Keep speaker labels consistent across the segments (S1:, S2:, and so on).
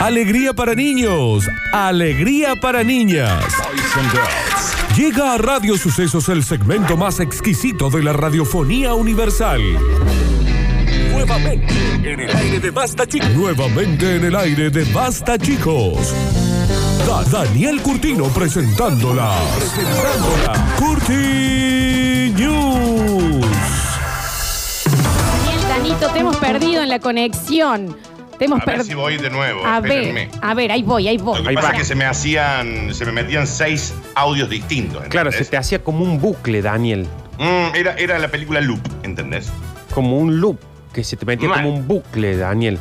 S1: Alegría para niños, alegría para niñas. Llega a Radio Sucesos el segmento más exquisito de la radiofonía universal. Nuevamente en el aire de Basta Chicos. Nuevamente en el aire de Basta Chicos. Da- Daniel Curtino presentándola. Presentándola. Curti News.
S2: Daniel, Danito, te hemos perdido en la conexión. Te hemos
S3: A ver
S2: perdido.
S3: si voy de nuevo.
S2: a
S3: espérenme.
S2: ver, a ver, ahí voy, ahí voy.
S3: Lo que
S4: Ahí
S3: pasa
S4: va.
S3: es que se me hacían, se me metían seis audios distintos.
S4: Claro, se
S3: ¿entendés?
S4: te hacía como un bucle, Daniel.
S3: Mm, era, era la película Loop, ¿entendés?
S4: Como un loop. Que se te metía
S3: Mal.
S4: como un bucle, Daniel.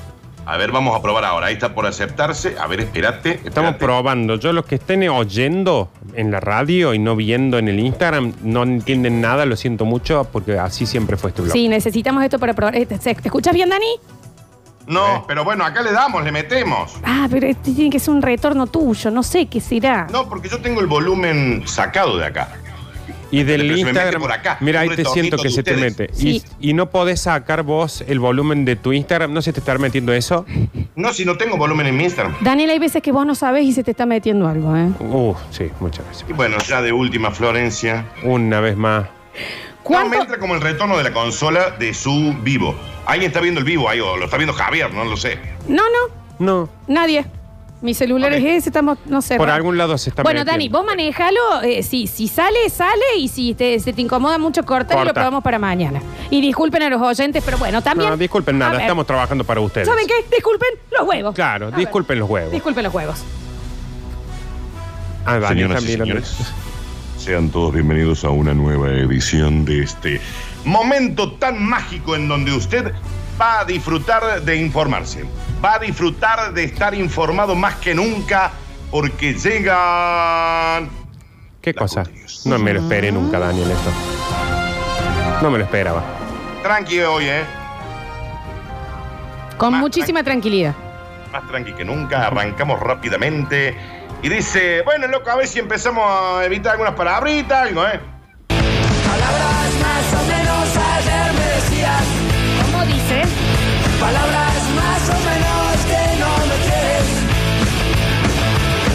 S3: A ver, vamos a probar ahora. Ahí está por aceptarse. A ver, espérate.
S4: Estamos
S3: espérate.
S4: probando. Yo los que estén oyendo en la radio y no viendo en el Instagram no entienden nada, lo siento mucho, porque así siempre fue este blog.
S2: Sí, necesitamos esto para probar. Eh, ¿Te se- te escuchas bien, Dani?
S3: No,
S4: Eh.
S3: pero bueno, acá le damos, le metemos.
S2: Ah, pero este tiene que ser un retorno tuyo, no sé qué será.
S3: No, porque yo tengo el volumen sacado de acá.
S4: Y del
S3: Pero se me mete
S4: Instagram.
S3: por acá,
S4: Mira, ahí
S3: un
S4: te
S3: retornito
S4: siento que
S3: de
S4: se te
S3: ustedes.
S4: mete.
S2: Sí.
S4: Y, y no podés sacar vos el volumen de tu Instagram. ¿No se te está metiendo eso?
S3: No, si no tengo volumen en mi Instagram.
S2: Daniel, hay veces que vos no sabés y se te está metiendo algo, ¿eh?
S4: Uh, sí, muchas veces.
S3: Y bueno, ya de última, Florencia.
S4: Una vez más.
S3: No, me
S2: ¿Cuánto?
S3: entra como el retorno de la consola de su vivo. Alguien está viendo el vivo ahí, o lo está viendo Javier, no lo sé.
S2: No, no,
S4: No.
S2: nadie. Mi celular
S3: Ok.
S2: es ese, estamos, no sé.
S4: Por
S2: ¿no?
S4: algún lado se está
S2: Bueno, Dani,
S4: metiendo.
S2: vos manejalo. eh, sí, si sale, sale. Y si te, se te incomoda mucho, cortar y lo
S4: Corta.
S2: probamos para mañana. Y disculpen a los oyentes, pero bueno, también.
S4: No, disculpen
S2: A
S4: nada,
S2: ver,
S4: estamos trabajando para ustedes.
S2: ¿Saben qué? Disculpen los huevos.
S4: Claro,
S2: A ver,
S4: disculpen los huevos.
S2: Disculpen los huevos.
S4: Ah, Dani,
S3: Señoras y
S4: también, Dani.
S3: señores, sean todos bienvenidos a una nueva edición de este momento tan mágico en donde usted va a disfrutar de informarse, va a disfrutar de estar informado más que nunca, porque llegan.
S4: ¿Qué
S3: La
S4: cosa?
S3: Curtius.
S4: No me lo esperé nunca, Daniel, esto. No me lo esperaba.
S3: Tranqui hoy, ¿eh?
S2: Con
S3: Más
S2: muchísima tranquilidad.
S3: Más tranqui que nunca, arrancamos rápidamente. Y dice, bueno, loco, a ver si empezamos a evitar algunas palabritas, algo, ¿eh?
S5: Palabras más o menos ayer me decías,
S2: ¿Cómo dice?
S5: palabras más o menos que no me quieres.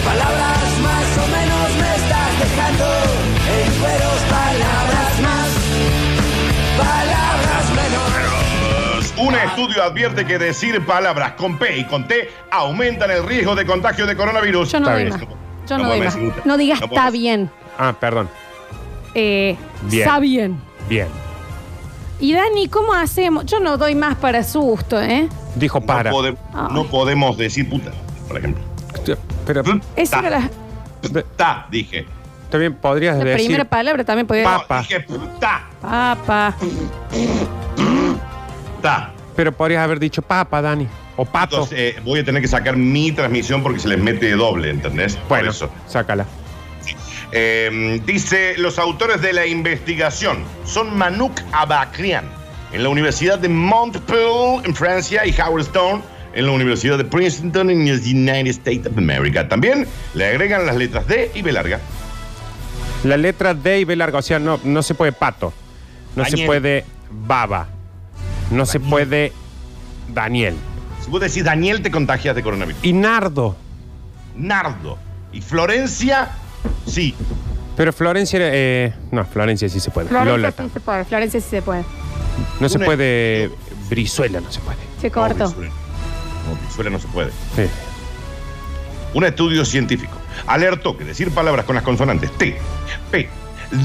S5: Palabras más o menos me estás dejando en cueros, palabras más, palabras menos.
S3: Un estudio advierte que decir palabras con P y con T aumentan el riesgo de contagio de coronavirus.
S2: Yo no
S4: Está
S2: doy
S4: bien.
S2: más.
S3: No,
S2: Yo no, doy
S3: no podemos
S2: más.
S3: decir puta.
S2: No digas
S3: No
S2: está
S3: podemos.
S2: bien.
S4: Ah, perdón.
S2: Eh,
S4: Bien.
S2: Está bien.
S4: Bien.
S2: Y Dani, ¿cómo hacemos? Yo no doy más para susto, ¿eh?
S4: Dijo para.
S3: No, pode-
S2: Ay.
S3: no podemos decir puta, por ejemplo.
S4: Pero,
S2: Esa
S4: Ah,
S3: Ta.
S2: era la,
S3: Puta, dije.
S4: también podrías
S2: la
S4: decir.
S2: primera palabra, también podía
S3: No,
S4: Papa.
S3: dije puta,
S2: Papa.
S3: ta.
S4: Pero podrías haber dicho papa, Dani. O pato.
S3: Entonces eh, voy a tener que sacar mi transmisión porque se les mete doble, ¿entendés? Por
S4: bueno,
S3: eso.
S4: sácala.
S3: Eh, dice, los autores de la investigación son Manouk Abakrian en la Universidad de Montpellier en Francia y Howard Stone en la Universidad de Princeton en los United States of America. También le agregan las letras D y B larga.
S4: La letra D y B larga, o sea, no, no se puede pato. No se
S3: Daniel.
S4: puede baba. No se puede Daniel.
S3: Si vos decís Daniel, te contagias de coronavirus.
S4: Y Nardo.
S3: Nardo. Y Florencia, sí.
S4: Pero Florencia, eh, no, Florencia sí se puede. Lola
S2: Florencia sí
S4: tampoco.
S2: se puede. Florencia sí se puede.
S4: No se
S3: Una-
S4: puede Brizuela, no se puede.
S2: Se cortó.
S3: No, Brizuela. No, Brizuela no se puede.
S4: Sí.
S3: Un estudio científico alertó que decir palabras con las consonantes T, P,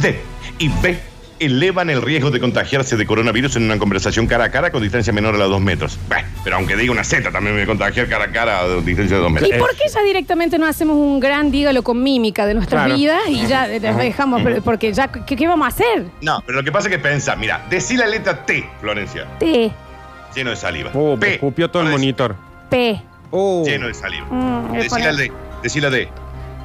S3: D y B elevan el riesgo de contagiarse de coronavirus en una conversación cara a cara con distancia menor a los dos metros. Bah, pero aunque diga una Z, también me voy a contagiar cara a cara a distancia de dos metros. Eh,
S2: ¿Y por qué ya directamente no hacemos un gran dígalo con mímica de nuestras
S4: Claro.
S2: vidas y ya eh, las dejamos? pero- Porque ya, ¿qué, qué vamos a hacer?
S3: No, pero lo que pasa es que pensá, mira, decí la letra T, Florencia,
S2: T,
S3: lleno de saliva.
S4: Oh, me
S3: P,
S4: escupió todo el
S3: Florencia,
S4: monitor.
S2: P,
S4: Oh.
S3: Lleno de saliva.
S2: Mm, le
S3: decí la
S2: pones-
S3: D, decí la D.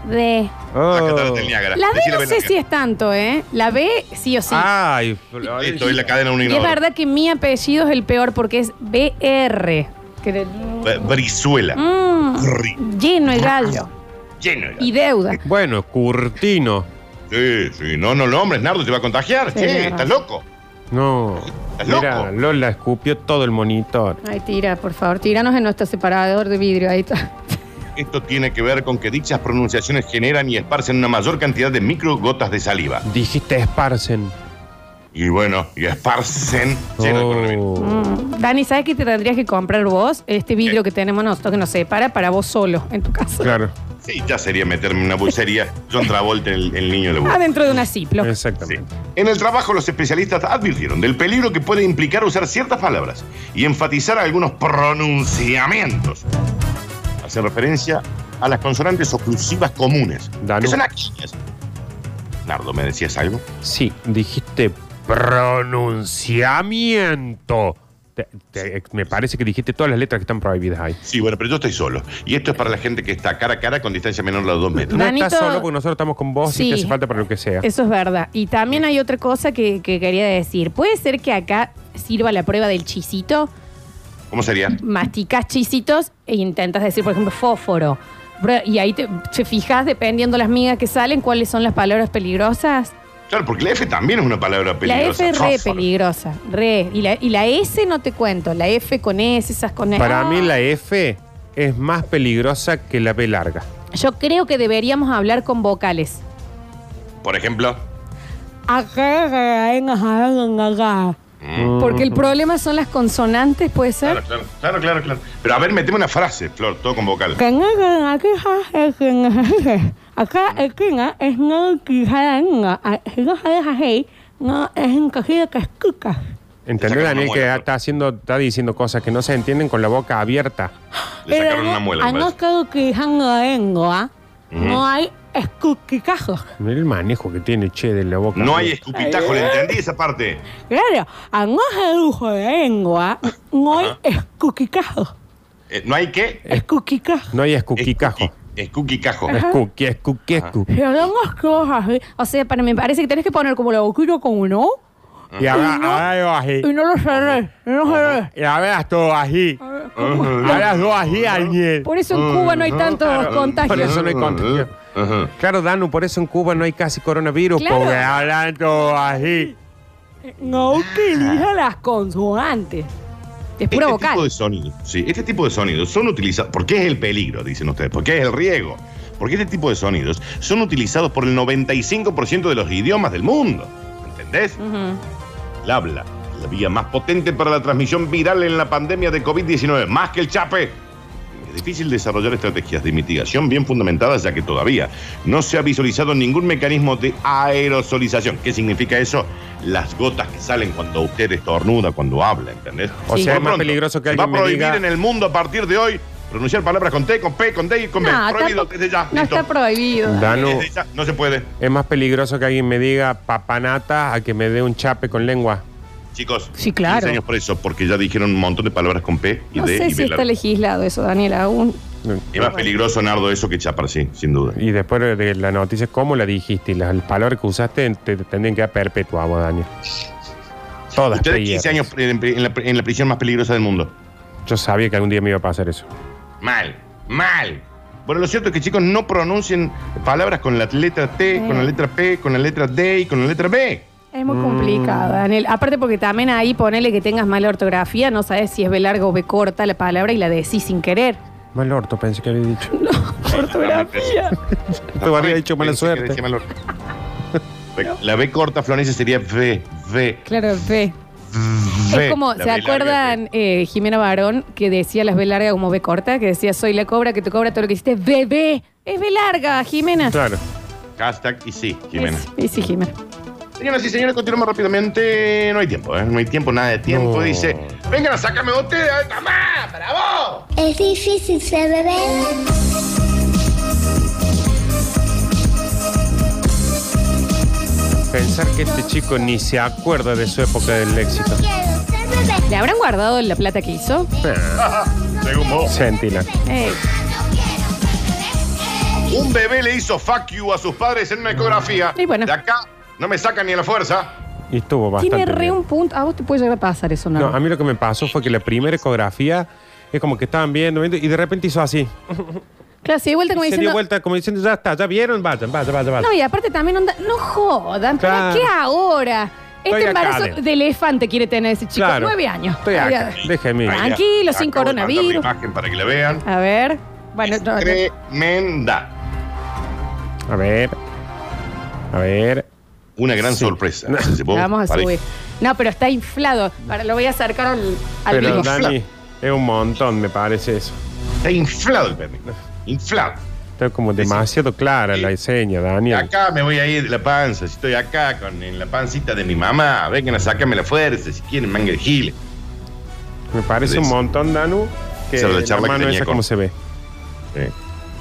S2: D.
S3: Las
S4: Oh.
S3: cataratas del Niágara.
S2: La D
S3: Decí
S2: no
S3: B
S2: sé
S3: larga.
S2: si es tanto, ¿eh? La B sí o sí.
S4: Ay, Florencia.
S3: Listo, es la cadena
S2: y es
S3: unida.
S2: verdad que mi apellido es el peor porque es BR. Que de-
S3: Brizuela.
S2: Mm,
S3: Corri-
S2: lleno de gallo.
S3: Lleno de
S2: Y deuda.
S4: Bueno, Curtino.
S3: Sí, sí, no, no, no, hombre, Nardo te va a contagiar.
S2: Sí,
S3: Sí,
S2: es
S3: estás
S2: verdad.
S3: loco.
S4: No.
S3: ¿Estás
S4: Mira,
S3: loco?
S4: Lola escupió todo el monitor.
S2: Ay, tira, por favor. Tíranos en nuestro separador de vidrio. Ahí está.
S3: Esto tiene que ver con que dichas pronunciaciones generan y esparcen una mayor cantidad de microgotas de saliva.
S4: Dijiste esparcen.
S3: Y bueno, y esparcen lleno de coronavirus.
S2: Mm.
S4: Oh.
S2: Dani, ¿sabes qué te tendrías que comprar vos? Este vidrio que tenemos nosotros que nos separa para vos solo en tu casa.
S4: Claro,
S3: Sí, ya sería meterme en una bucería. John Travolta, el, el niño de la bucería.
S2: Adentro Ah, de una ciplo.
S3: Sí.
S4: exactamente.
S3: En el trabajo, los especialistas advirtieron del peligro que puede implicar usar ciertas palabras y enfatizar algunos pronunciamientos. Hace referencia a las consonantes oclusivas comunes,
S4: Danu.
S3: que son aquellas. Nardo, ¿me decías algo?
S4: Sí, dijiste pronunciamiento. Te- te- me parece que dijiste todas las letras que están prohibidas ahí.
S3: Sí, bueno, pero yo estoy solo. Y esto es para la gente que está cara a cara con distancia menor a los dos metros.
S4: No
S2: Danito-
S4: estás solo porque nosotros estamos con vos y
S2: Sí.
S4: te hace falta para lo que sea.
S2: Eso es verdad. Y también hay otra cosa que, que quería decir. ¿Puede ser que acá sirva la prueba del chisito?
S3: ¿Cómo sería?
S2: Masticás chisitos e intentas decir, por ejemplo, fósforo. Prue- Y ahí te, te fijas, dependiendo las migas que salen, cuáles son las palabras peligrosas.
S3: Claro, porque la F también es una palabra peligrosa.
S2: La F re
S3: Fósforo.
S2: peligrosa. Re. Y la, y la S no te cuento. La F con S, esas con S.
S4: Para
S2: Ah.
S4: mí la F es más peligrosa que la B larga.
S2: Ah. Yo creo que deberíamos hablar con vocales.
S3: Por ejemplo.
S6: À,
S4: Mm.
S2: Porque el problema son las consonantes, puede
S3: Claro,
S2: ser.
S3: claro, claro, claro, claro. Pero a ver, meteme una frase, Flor, todo con vocal.
S6: Acá el quina es no quijaranga, si no sabes así, no es un cogido que escuca.
S4: ¿Entendés,
S3: Te sacaron
S4: Daniel,
S3: una
S4: que
S3: muela,
S4: está, haciendo, está diciendo cosas que no se entienden con la boca abierta?
S3: Le sacaron una muela. me
S6: No
S3: parece.
S6: creo que hanga lengua, no hay escuquicajos.
S4: Mira el manejo que tiene, che, de la boca.
S3: No hay
S4: abierta.
S3: escupitajo, le entendí esa parte.
S6: Claro, a no se lujo de lengua, no hay
S3: Ajá.
S6: escuquicajos.
S3: Eh, ¿No hay qué?
S6: À, Escuquicajos.
S4: No hay escuquicajo.
S3: Escuquicajo.
S4: Escuqui, escuqui, escuqui.
S6: Pero hagamos cosas así.
S2: ¿eh? O sea, para mí me parece que tenés que poner como la boquilla con uno
S4: Y ahora así.
S6: Y no lo cerré, no lo cerré.
S4: Y hablas todo así. Hablas dos así, Daniel.
S2: Por eso en Cuba no hay tantos
S4: Mm, Por
S2: contagios.
S4: eso no hay contagio.
S3: Ajá.
S4: Claro, Danu, por eso en Cuba no hay casi coronavirus,
S2: Claro.
S4: porque hablan todo así.
S6: No utiliza las consonantes.
S2: Es
S3: Este
S2: pura
S3: tipo
S2: vocal.
S3: de sonidos, sí, este tipo de sonidos son utilizados. ¿Por qué es el peligro? Dicen ustedes. ¿Por qué es el riesgo? Porque este tipo de sonidos son utilizados por el 95% de los idiomas del mundo. ¿Entendés? El habla, la vía más potente para la transmisión viral en la pandemia de COVID-19, más que el chape. Es difícil desarrollar estrategias de mitigación bien fundamentadas, ya que todavía no se ha visualizado ningún mecanismo de aerosolización. ¿Qué significa eso? Las gotas que salen cuando usted estornuda, cuando habla, ¿entendés?
S4: O
S3: Por
S4: sea, es más
S3: pronto,
S4: peligroso que
S3: se
S4: alguien
S3: Va a
S4: me
S3: prohibir
S4: diga-
S3: en el mundo a partir de hoy pronunciar palabras con T, con P, con D y con B.
S2: No,
S3: Prohibido
S2: tampoco-
S3: desde ya.
S2: no
S3: Listo.
S2: está prohibido.
S4: Danu,
S3: Desde ya, no se puede.
S4: es más peligroso que alguien me diga papanata a que me dé un chape con lengua.
S3: Chicos,
S2: Sí, claro.
S3: 15 años preso, porque ya dijeron un montón de palabras con P y
S2: No
S3: D
S2: sé
S3: y B
S2: si está
S3: larga.
S2: legislado eso, Daniela, aún.
S3: Es más peligroso, Nardo, eso que chapar, sí, sin duda.
S4: Y después de la noticia, ¿cómo la dijiste? Y las palabras que usaste te, te tendrían que dar perpetua, vos, Daniel. Todas.
S3: Ustedes
S4: peleas.
S3: 15 años en, en la, en la prisión más peligrosa del mundo.
S4: Yo sabía que algún día me iba a pasar eso.
S3: Mal, mal. Bueno, lo cierto es que chicos no pronuncien palabras con la letra T, con la letra P, con la letra D y con la letra B.
S2: Es
S3: Mm.
S2: muy complicado, Daniel. Aparte porque también ahí ponele que tengas mala ortografía, no sabes si es B larga o B corta la palabra y la decís sin querer.
S4: Mal orto, pensé que había dicho.
S3: Ortografía.
S4: Te había dicho mala suerte.
S3: La B corta, Florencia, sería V, V,
S2: Claro, B.
S3: V.
S2: Es como,
S3: La
S2: ¿se
S3: B larga,
S2: acuerdan eh, Jimena Barón que decía las B larga como B corta? Que decía, soy la cobra que te cobra todo lo que hiciste. Bebé. Es B larga, Jimena.
S4: Claro.
S3: V. Hashtag y sí, Jimena.
S2: Es- y sí, Jimena.
S3: Señoras y señores, continuamos rápidamente. No hay tiempo, ¿eh? No hay tiempo, nada de tiempo.
S4: No.
S3: Dice, vengan a sacarme ustedes, a esta más, para vos.
S7: Es difícil ser bebé.
S4: Pensar que este chico ni se acuerda de su época del éxito.
S7: Quiero ser bebé.
S2: ¿Le habrán guardado la plata que hizo?
S3: Según vos.
S4: Sentina.
S2: Eh,
S3: Un bebé le hizo fuck you a sus padres en una ecografía.
S2: Y bueno.
S3: De acá no me sacan ni a la fuerza.
S4: Y estuvo bastante.
S2: tiene re
S4: bien.
S2: un punto. A vos te puede llegar a pasar eso, ¿no?
S4: No, a mí lo que me pasó fue que la primera ecografía es como que estaban viendo, viendo, y de repente hizo así.
S2: Claro, se dio vuelta como
S4: Se
S2: diciendo...
S4: dio vuelta como diciendo, ya está, ya vieron, vayan, vayan, vayan. vayan.
S2: No, y aparte también onda... No jodan, ¿pero
S4: Claro.
S2: qué ahora?
S4: Estoy
S2: Este
S4: acá,
S2: embarazo
S4: Ale.
S2: de elefante quiere tener ese chico.
S4: Claro.
S2: Nueve años.
S4: Estoy acá.
S2: Ay,
S4: Déjeme.
S2: Tranquilo, sin
S3: Acabo de mandar
S2: coronavirus.
S3: la imagen para que la vean.
S2: A ver. Bueno, no, no.
S3: Tremenda.
S4: A ver. A ver.
S3: Una gran
S4: Sí.
S3: sorpresa.
S4: No.
S3: Se puede-
S2: La vamos a
S3: pare-
S2: subir. No, pero está inflado. Ahora lo voy a acercar al, al
S4: Pero
S2: vivo.
S4: Dani, es un montón, me parece eso.
S3: Está inflado el pene. Inflado.
S4: Está como
S3: sí.
S4: demasiado clara la diseña, Daniel.
S3: Acá me voy a ir de la panza. Si estoy acá con en la pancita de mi mamá, vengan a sacarme la fuerza si quieren, manga de giles.
S4: Me parece un
S3: Sí.
S4: montón, Danu, que
S3: Esa es la
S4: la
S3: charla que
S4: mano
S3: tenía
S4: esa
S3: con-
S4: como se ve.
S3: Eh,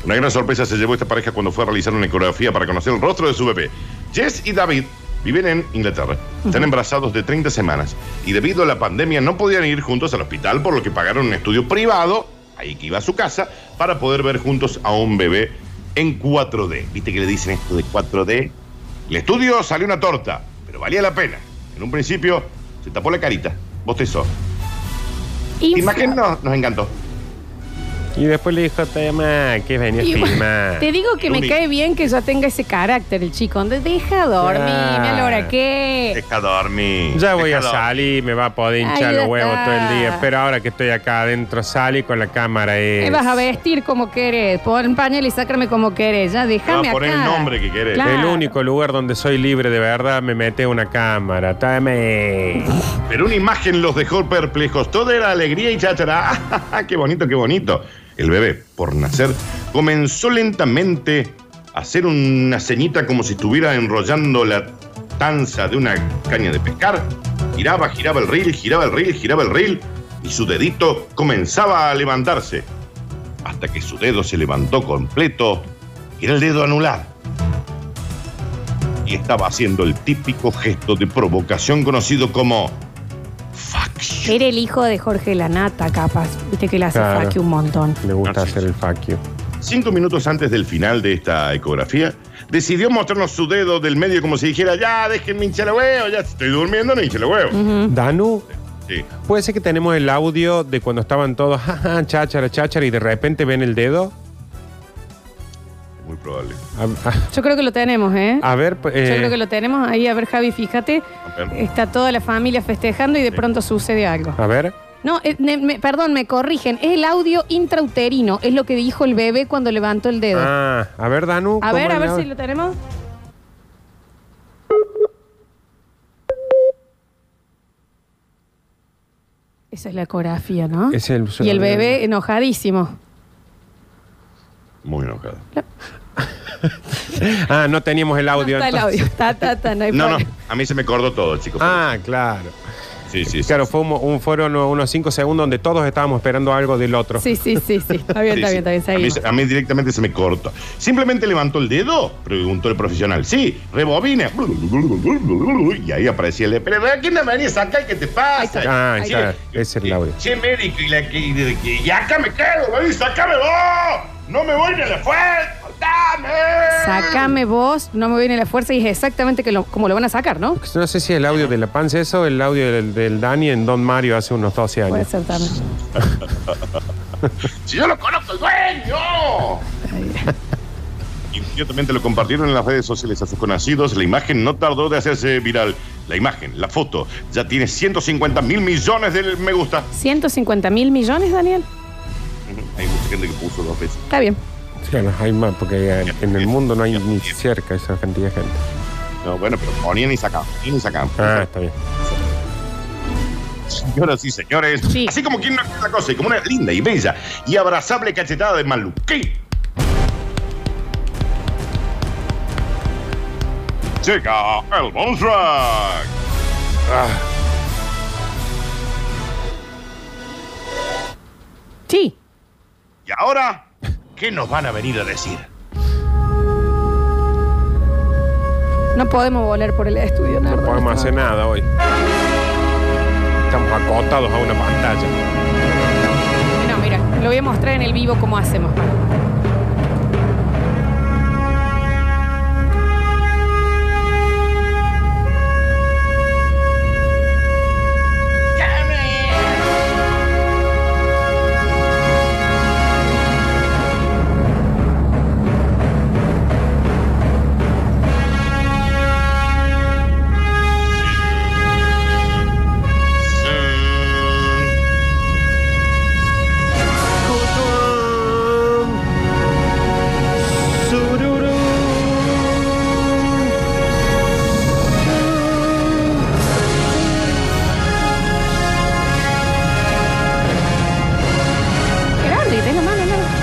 S3: Una gran sorpresa se llevó esta pareja cuando fue a realizar una ecografía para conocer el rostro de su bebé. Jess y David viven en Inglaterra. Están embarazados de 30 semanas y debido a la pandemia no podían ir juntos al hospital por lo que pagaron un estudio privado, ahí que iba a su casa, para poder ver juntos a un bebé en 4D. ¿Viste que le dicen esto de 4D? El estudio salió una torta, pero valía la pena. En un principio se tapó la carita, bostezó.
S2: Infla-
S3: Imagen no- nos encantó.
S4: Y después le dijo a Tayama que venía a
S2: Y-
S4: filmar.
S2: Te digo que me
S3: Luli.
S2: cae bien que ya tenga ese carácter el chico. ¿Dónde deja dormir?
S4: Ya.
S2: Mira la hora que.
S3: Deja dormir.
S4: Ya voy a
S3: deja dormir.
S4: salir, me va a poder hinchar
S2: Ahí
S4: los
S2: está.
S4: huevos todo el día. Pero ahora que estoy acá adentro, salí con la cámara. Es...
S2: Me vas a vestir como querés. Pon pañal y sácame como querés. Ya déjame
S3: Te va a poner
S2: acá.
S3: el nombre que querés.
S2: Claro.
S4: El único lugar donde soy libre de verdad me mete una cámara. Tame.
S3: Pero una imagen los dejó perplejos. Todo era alegría y cháchara. ¡Ah, ¡Qué bonito, qué bonito! El bebé, por nacer, comenzó lentamente a hacer una ceñita como si estuviera enrollando la tanza de una caña de pescar. Giraba, giraba el reel, giraba el reel, giraba el reel. Y su dedito comenzaba a levantarse. Hasta que su dedo se levantó completo. Y era el dedo anular y estaba haciendo el típico gesto de provocación conocido como fuck you.
S2: Era el hijo de Jorge Lanata, capaz. Viste que le hace
S4: Claro.
S2: faque un montón.
S4: Me gusta
S3: Ah, sí,
S4: hacer
S3: sí.
S4: el fuck you.
S3: Cinco minutos antes del final de esta ecografía, decidió mostrarnos su dedo del medio como si dijera, ya, déjenme hinchar el huevo, ya estoy durmiendo, no hinche el huevo.
S2: Mm.
S4: Danu,
S3: Sí.
S4: ¿puede ser que tenemos el audio de cuando estaban todos jaja, cháchara, cháchara y de repente ven el dedo?
S3: Muy probable.
S4: A, a-
S2: Yo creo que lo tenemos, ¿eh?
S4: a ver, eh,
S2: Yo creo que lo tenemos ahí. A ver, Javi, fíjate.
S3: A ver.
S2: Está toda la familia festejando y de pronto sucede algo.
S4: a ver.
S2: No, eh, ne- me- perdón, me corrigen. Es el audio intrauterino. Es lo que dijo el bebé cuando levantó el dedo.
S4: Ah, a ver, Danu.
S2: a
S4: ¿cómo
S2: ver,
S4: es
S2: a ver
S4: la-
S2: si lo tenemos. Esa es la ecografía, ¿no?
S4: Es el-
S2: y el bebé enojadísimo.
S3: Muy enojada.
S4: Ah, no teníamos el audio.
S2: No está el
S4: entonces.
S2: audio. Ta, ta, ta, no hay
S3: No, no,
S2: problema.
S3: a mí se me acordó todo, chicos.
S4: Ah, claro.
S3: sí, sí, sí.
S4: Claro, fue un, un- fueron unos 5 segundos donde todos estábamos esperando algo del otro.
S2: Sí, sí, sí, sí. Está bien,
S3: Sí,
S2: está
S3: sí.
S2: bien, está bien.
S3: A mí,
S2: Seguimos.
S3: se- a mí directamente se me cortó. ¿Simplemente levantó el dedo? Preguntó el profesional. Sí, rebobina. Y ahí aparecía el de, pero ¿a quién la venía a sacar? ¿Qué te pasa?
S4: Ah, ahí
S3: Sí,
S4: está. Ese es el audio.
S3: Che, médico, y, la que, y, de que- y acá me quedo, vení, sacame vos. No me voy ni a la fuerza, ¡Dame!
S2: Sacame vos, no me viene la fuerza y es exactamente que lo- como lo van a sacar, ¿no?
S4: No sé si el audio de la panza eso o el audio del, del Dani en Don Mario hace unos 12
S2: Puede
S4: años.
S2: ser también.
S3: ¡Si yo lo conozco el dueño! Inmediatamente lo compartieron en las redes sociales a sus conocidos. La imagen no tardó de hacerse viral. La imagen, la foto, ya tiene 150 mil millones de me gusta.
S2: 150 mil millones, Daniel.
S3: Hay mucha gente que puso dos veces.
S2: Está bien.
S4: Sí, no, hay más, porque eh, en el mundo no hay ni cerca esa cantidad de gente.
S3: No, bueno, pero ponían y sacaban, ponían y sacaban.
S4: Ah, está bien.
S3: Señoras y señores,
S2: Sí.
S3: así como quien no quiere la cosa, y como una linda y bella y abrazable cachetada de maluquí. Llega el bonus track. Ah,
S2: Sí.
S3: y ahora, ¿qué nos van a venir a decir?
S2: No podemos volar por el estudio,
S4: No podemos hacer nada hoy. Estamos acotados a una pantalla.
S2: No, mira, lo voy a mostrar en el vivo cómo hacemos.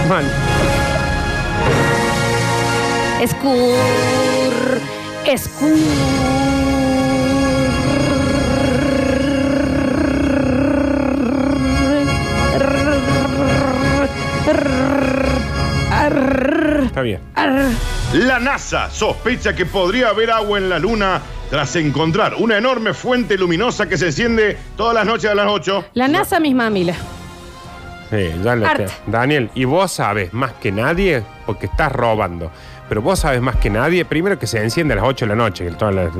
S4: Mal.
S2: Escur. Escur.
S4: Está bien.
S3: La NASA sospecha que podría haber agua en la Luna tras encontrar una enorme fuente luminosa que se enciende todas las noches a las 8.
S2: La NASA misma mila.
S3: Ah,
S4: Sí, ya lo
S2: Arte.
S4: sé. Daniel, y vos sabes más que nadie, porque estás robando. Pero vos sabes más que nadie, primero que se enciende a las 8 de la noche. que todas las-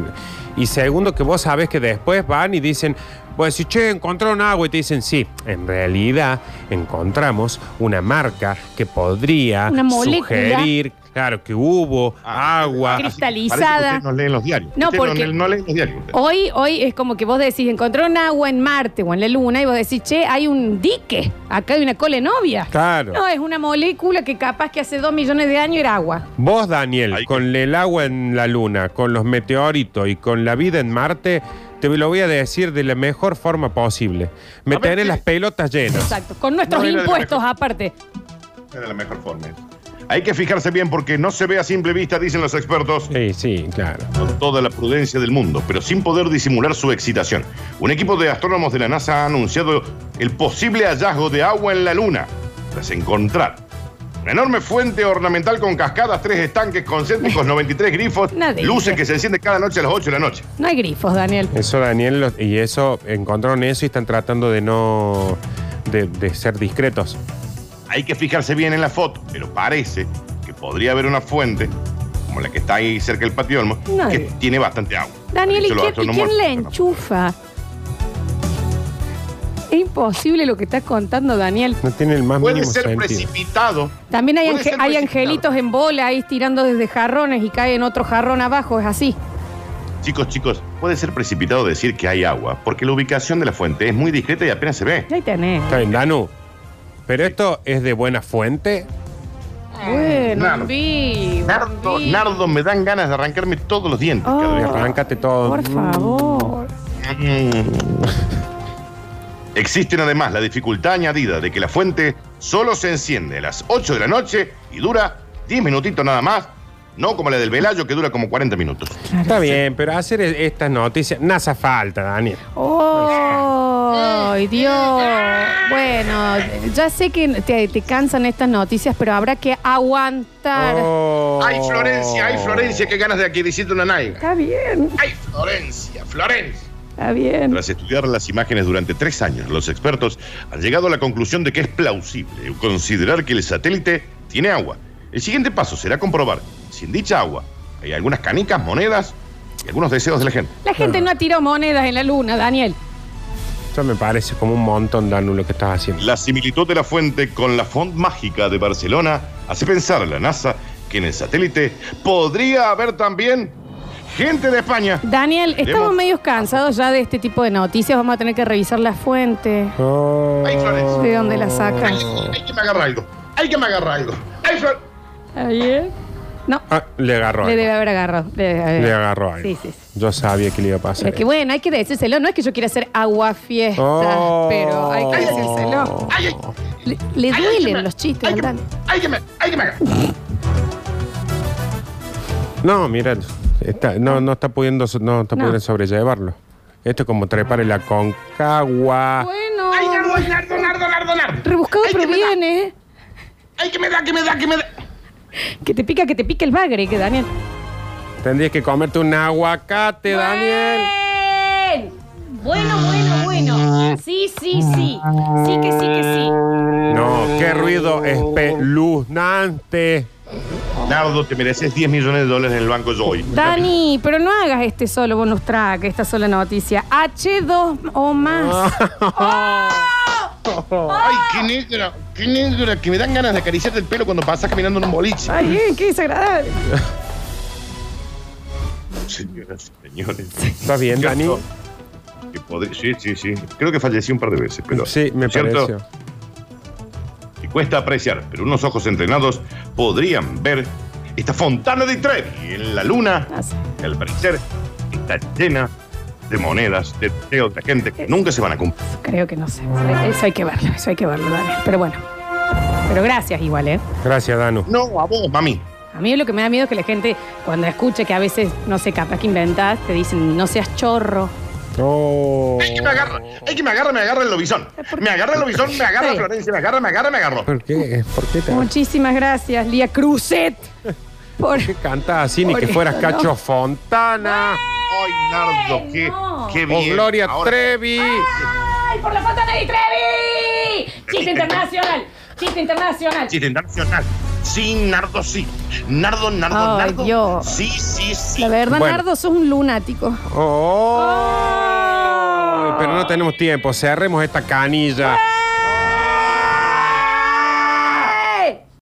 S4: Y segundo que vos sabes que después van y dicen, pues si che, encontraron agua y te dicen, sí, en realidad encontramos una marca que podría
S2: Una molécula.
S4: sugerir, claro, que hubo
S3: Ah,
S4: agua.
S3: así que parece que
S2: Cristalizada.
S3: ustedes No leen los diarios.
S2: No,
S3: Ustedes
S2: porque-
S3: no, leen los diarios. ustedes.
S2: Hoy, hoy es como que vos decís, encontró un agua en Marte o en la Luna y vos decís, che, hay un dique, acá hay una cole novia.
S4: Claro.
S2: No, es una molécula que capaz que hace dos millones de años era agua.
S4: Vos, Daniel,
S3: Ay,
S4: con el agua en la luna, con los meteoritos y con la vida en Marte, te lo voy a decir de la mejor forma posible. Me
S3: A ver,
S4: tenés
S3: sí.
S4: las pelotas llenas.
S2: Exacto, con nuestros
S3: No, era de
S2: impuestos
S3: mejor.
S2: aparte.
S3: Era la mejor forma. Hay que fijarse bien porque no se ve a simple vista, dicen los expertos.
S4: Sí, sí, claro.
S3: con toda la prudencia del mundo, pero sin poder disimular su excitación. Un equipo de astrónomos de la NASA ha anunciado el posible hallazgo de agua en la Luna, tras encontrar una enorme fuente ornamental con cascadas, tres estanques concéntricos, 93 grifos,
S2: Nadie
S3: luces
S2: dice.
S3: que se encienden cada noche a las 8 de la noche.
S2: No hay grifos, Daniel.
S3: Eh,
S4: Eso, Daniel, lo- y eso, encontraron eso y están tratando de no. de, de ser discretos.
S3: Hay que fijarse bien en la foto, pero parece que podría haber una fuente, como la que está ahí cerca del patio Olmo, que
S2: Nadie.
S3: tiene bastante agua.
S2: Daniel, ¿y
S3: Dicho los
S2: quién, y
S3: astrónomos,
S2: quién la
S3: no.
S2: enchufa? Es imposible lo que estás contando, Daniel.
S4: No tiene el más
S3: Puede
S4: mínimo
S3: ser
S4: sentido.
S3: precipitado.
S2: También hay,
S3: Puede
S2: ange-
S3: ser
S2: hay
S3: precipitado.
S2: angelitos en bola ahí tirando desde jarrones y caen otro jarrón abajo, es así.
S3: Chicos, chicos, puede ser precipitado decir que hay agua, porque la ubicación de la fuente es muy discreta y apenas se ve.
S2: Ahí tenés.
S4: Está bien, Danu. Pero esto es de buena fuente.
S2: Bueno,
S3: Nardo.
S2: un vivo,
S3: Nardo,
S2: un vivo.
S3: Nardo, me dan ganas de arrancarme todos los dientes.
S2: Oh.
S3: cada vez.
S4: Arráncate todo.
S2: Por favor.
S3: Mm. Existen además la dificultad añadida de que la fuente solo se enciende a las 8 de la noche y dura 10 minutitos nada más, no como la del Velayo que dura como 40 minutos.
S4: Está bien, pero hacer e- estas noticias. No hace falta, Daniel.
S2: ¡Oh, Dios! Bueno, ya sé que te, te cansan estas noticias, pero habrá que aguantar.
S4: Oh.
S3: ¡Ay, Florencia! ¡Ay, Florencia! ¡Qué ganas de adquirirte una naiga!
S2: Está bien,
S3: ¡Ay, Florencia! ¡Florencia!
S2: está bien.
S3: Tras estudiar las imágenes durante tres años, los expertos han llegado a la conclusión de que es plausible considerar que el satélite tiene agua. El siguiente paso será comprobar si en dicha agua hay algunas canicas, monedas y algunos deseos de la gente.
S2: La gente no ha tirado monedas en la luna, Daniel.
S4: Eso me parece como un montón, Danu, lo que estás haciendo.
S3: La similitud de la fuente con la font mágica de Barcelona hace pensar a la NASA que en el satélite podría haber también gente de España.
S2: Daniel, estamos
S3: Veremos.
S2: medio cansados ya de este tipo de noticias. Vamos a tener que revisar la fuente.
S4: Oh.
S3: Ay, Florencia.
S2: ¿De dónde la sacan?
S3: Hay que me agarra algo. Hay que me agarra algo. Ay, Flor-
S2: ¿Está bien? No,
S4: Ah, le agarró.
S2: le
S4: algo.
S2: debe haber agarrado. Le, debe haber-
S4: Le agarró algo.
S2: Sí, sí, sí.
S4: Yo sabía que le iba a pasar.
S2: Pero es que bueno, hay que decírselo. No es que yo quiera hacer agua fiesta,
S4: Oh.
S2: pero hay que decírselo.
S3: Ay, ay.
S2: Le, le
S3: Ay, ay, que me-
S2: duelen los chistes,
S3: ay, que-
S2: Dani.
S3: ay, que me- ay, que me agarra.
S4: No, mira, está- no, no está pudiendo, so- no está
S2: No.
S4: pudiendo sobrellevarlo. Esto es como trepar en la concagua.
S2: Bueno,
S3: ¡Ay, Nardo, ay, Nardo, Nardo, Nardo, Nardo!
S2: rebuscado
S3: Ay, que me da.
S2: proviene. ¿eh?
S3: ¡Ay, que me da, que me da, que me da!
S2: Que te pica, que te pique el bagre, que Daniel.
S4: Tendrías que comerte un aguacate, Daniel.
S2: Bueno, bueno, bueno. Sí, sí, sí. Sí que sí que sí.
S4: No, qué ruido espeluznante.
S3: Nardo, te mereces 10 millones de dólares en el banco yo hoy.
S2: Dani, pero no hagas este solo bonus track, esta sola noticia. H2 o más.
S3: Ah. ¡Ay, qué negra! ¡Qué negra! Que me dan ganas de acariciarte el pelo cuando pasas caminando en un boliche.
S2: Ay, bien, qué desagradable.
S3: Señoras y señores.
S4: ¿Estás bien, Dani?
S3: Cierto que podri- Sí, sí, sí. Creo que fallecí un par de veces, pero.
S4: Sí, me
S3: ¿cierto?
S4: pareció.
S3: Que cuesta apreciar, pero unos ojos entrenados podrían ver esta fontana de Trevi en la luna.
S2: Así.
S3: que al parecer está llena de monedas, de deseos de gente que nunca se van a cumplir.
S2: Creo que no sé. Eso hay que verlo, eso hay que verlo, Daniel. Pero bueno. Pero gracias igual, ¿eh?
S4: Gracias, Danu.
S3: No, a vos, mami.
S2: A mí lo que me da miedo es que la gente, cuando escuche que a veces, no sé, capaz que inventás, te dicen, no seas chorro.
S4: No.
S3: Ay, que me agarra, ay, que me agarra, me agarra el lobizón. Me agarra el lobizón, me agarra
S2: Sí.
S3: Florencia, me agarra, me agarra, me agarró.
S4: ¿Por qué? ¿Por qué te
S2: Muchísimas gracias, Lía Cruzet. Por...
S4: ¿Por qué cantas así? Ni
S2: Por
S4: que
S2: eso,
S4: fueras
S2: ¿no?
S4: Cacho Fontana
S3: Ay, Nardo, qué,
S2: no.
S3: qué
S4: o
S3: bien.
S4: Oh, Gloria
S3: Ahora-
S4: Trevi.
S2: Ah. ¡Ay, por la foto de Di Trevi! ¡Chiste internacional! ¡Chiste internacional!
S3: Sí, de Nacional. Sí, Nardo, sí. Nardo, Nardo,
S2: Ay,
S3: Nardo.
S2: Dios.
S3: Sí, sí, sí.
S2: La verdad,
S4: Bueno.
S2: Nardo, sos un lunático.
S4: Oh. Pero no tenemos tiempo. Cerremos esta canilla.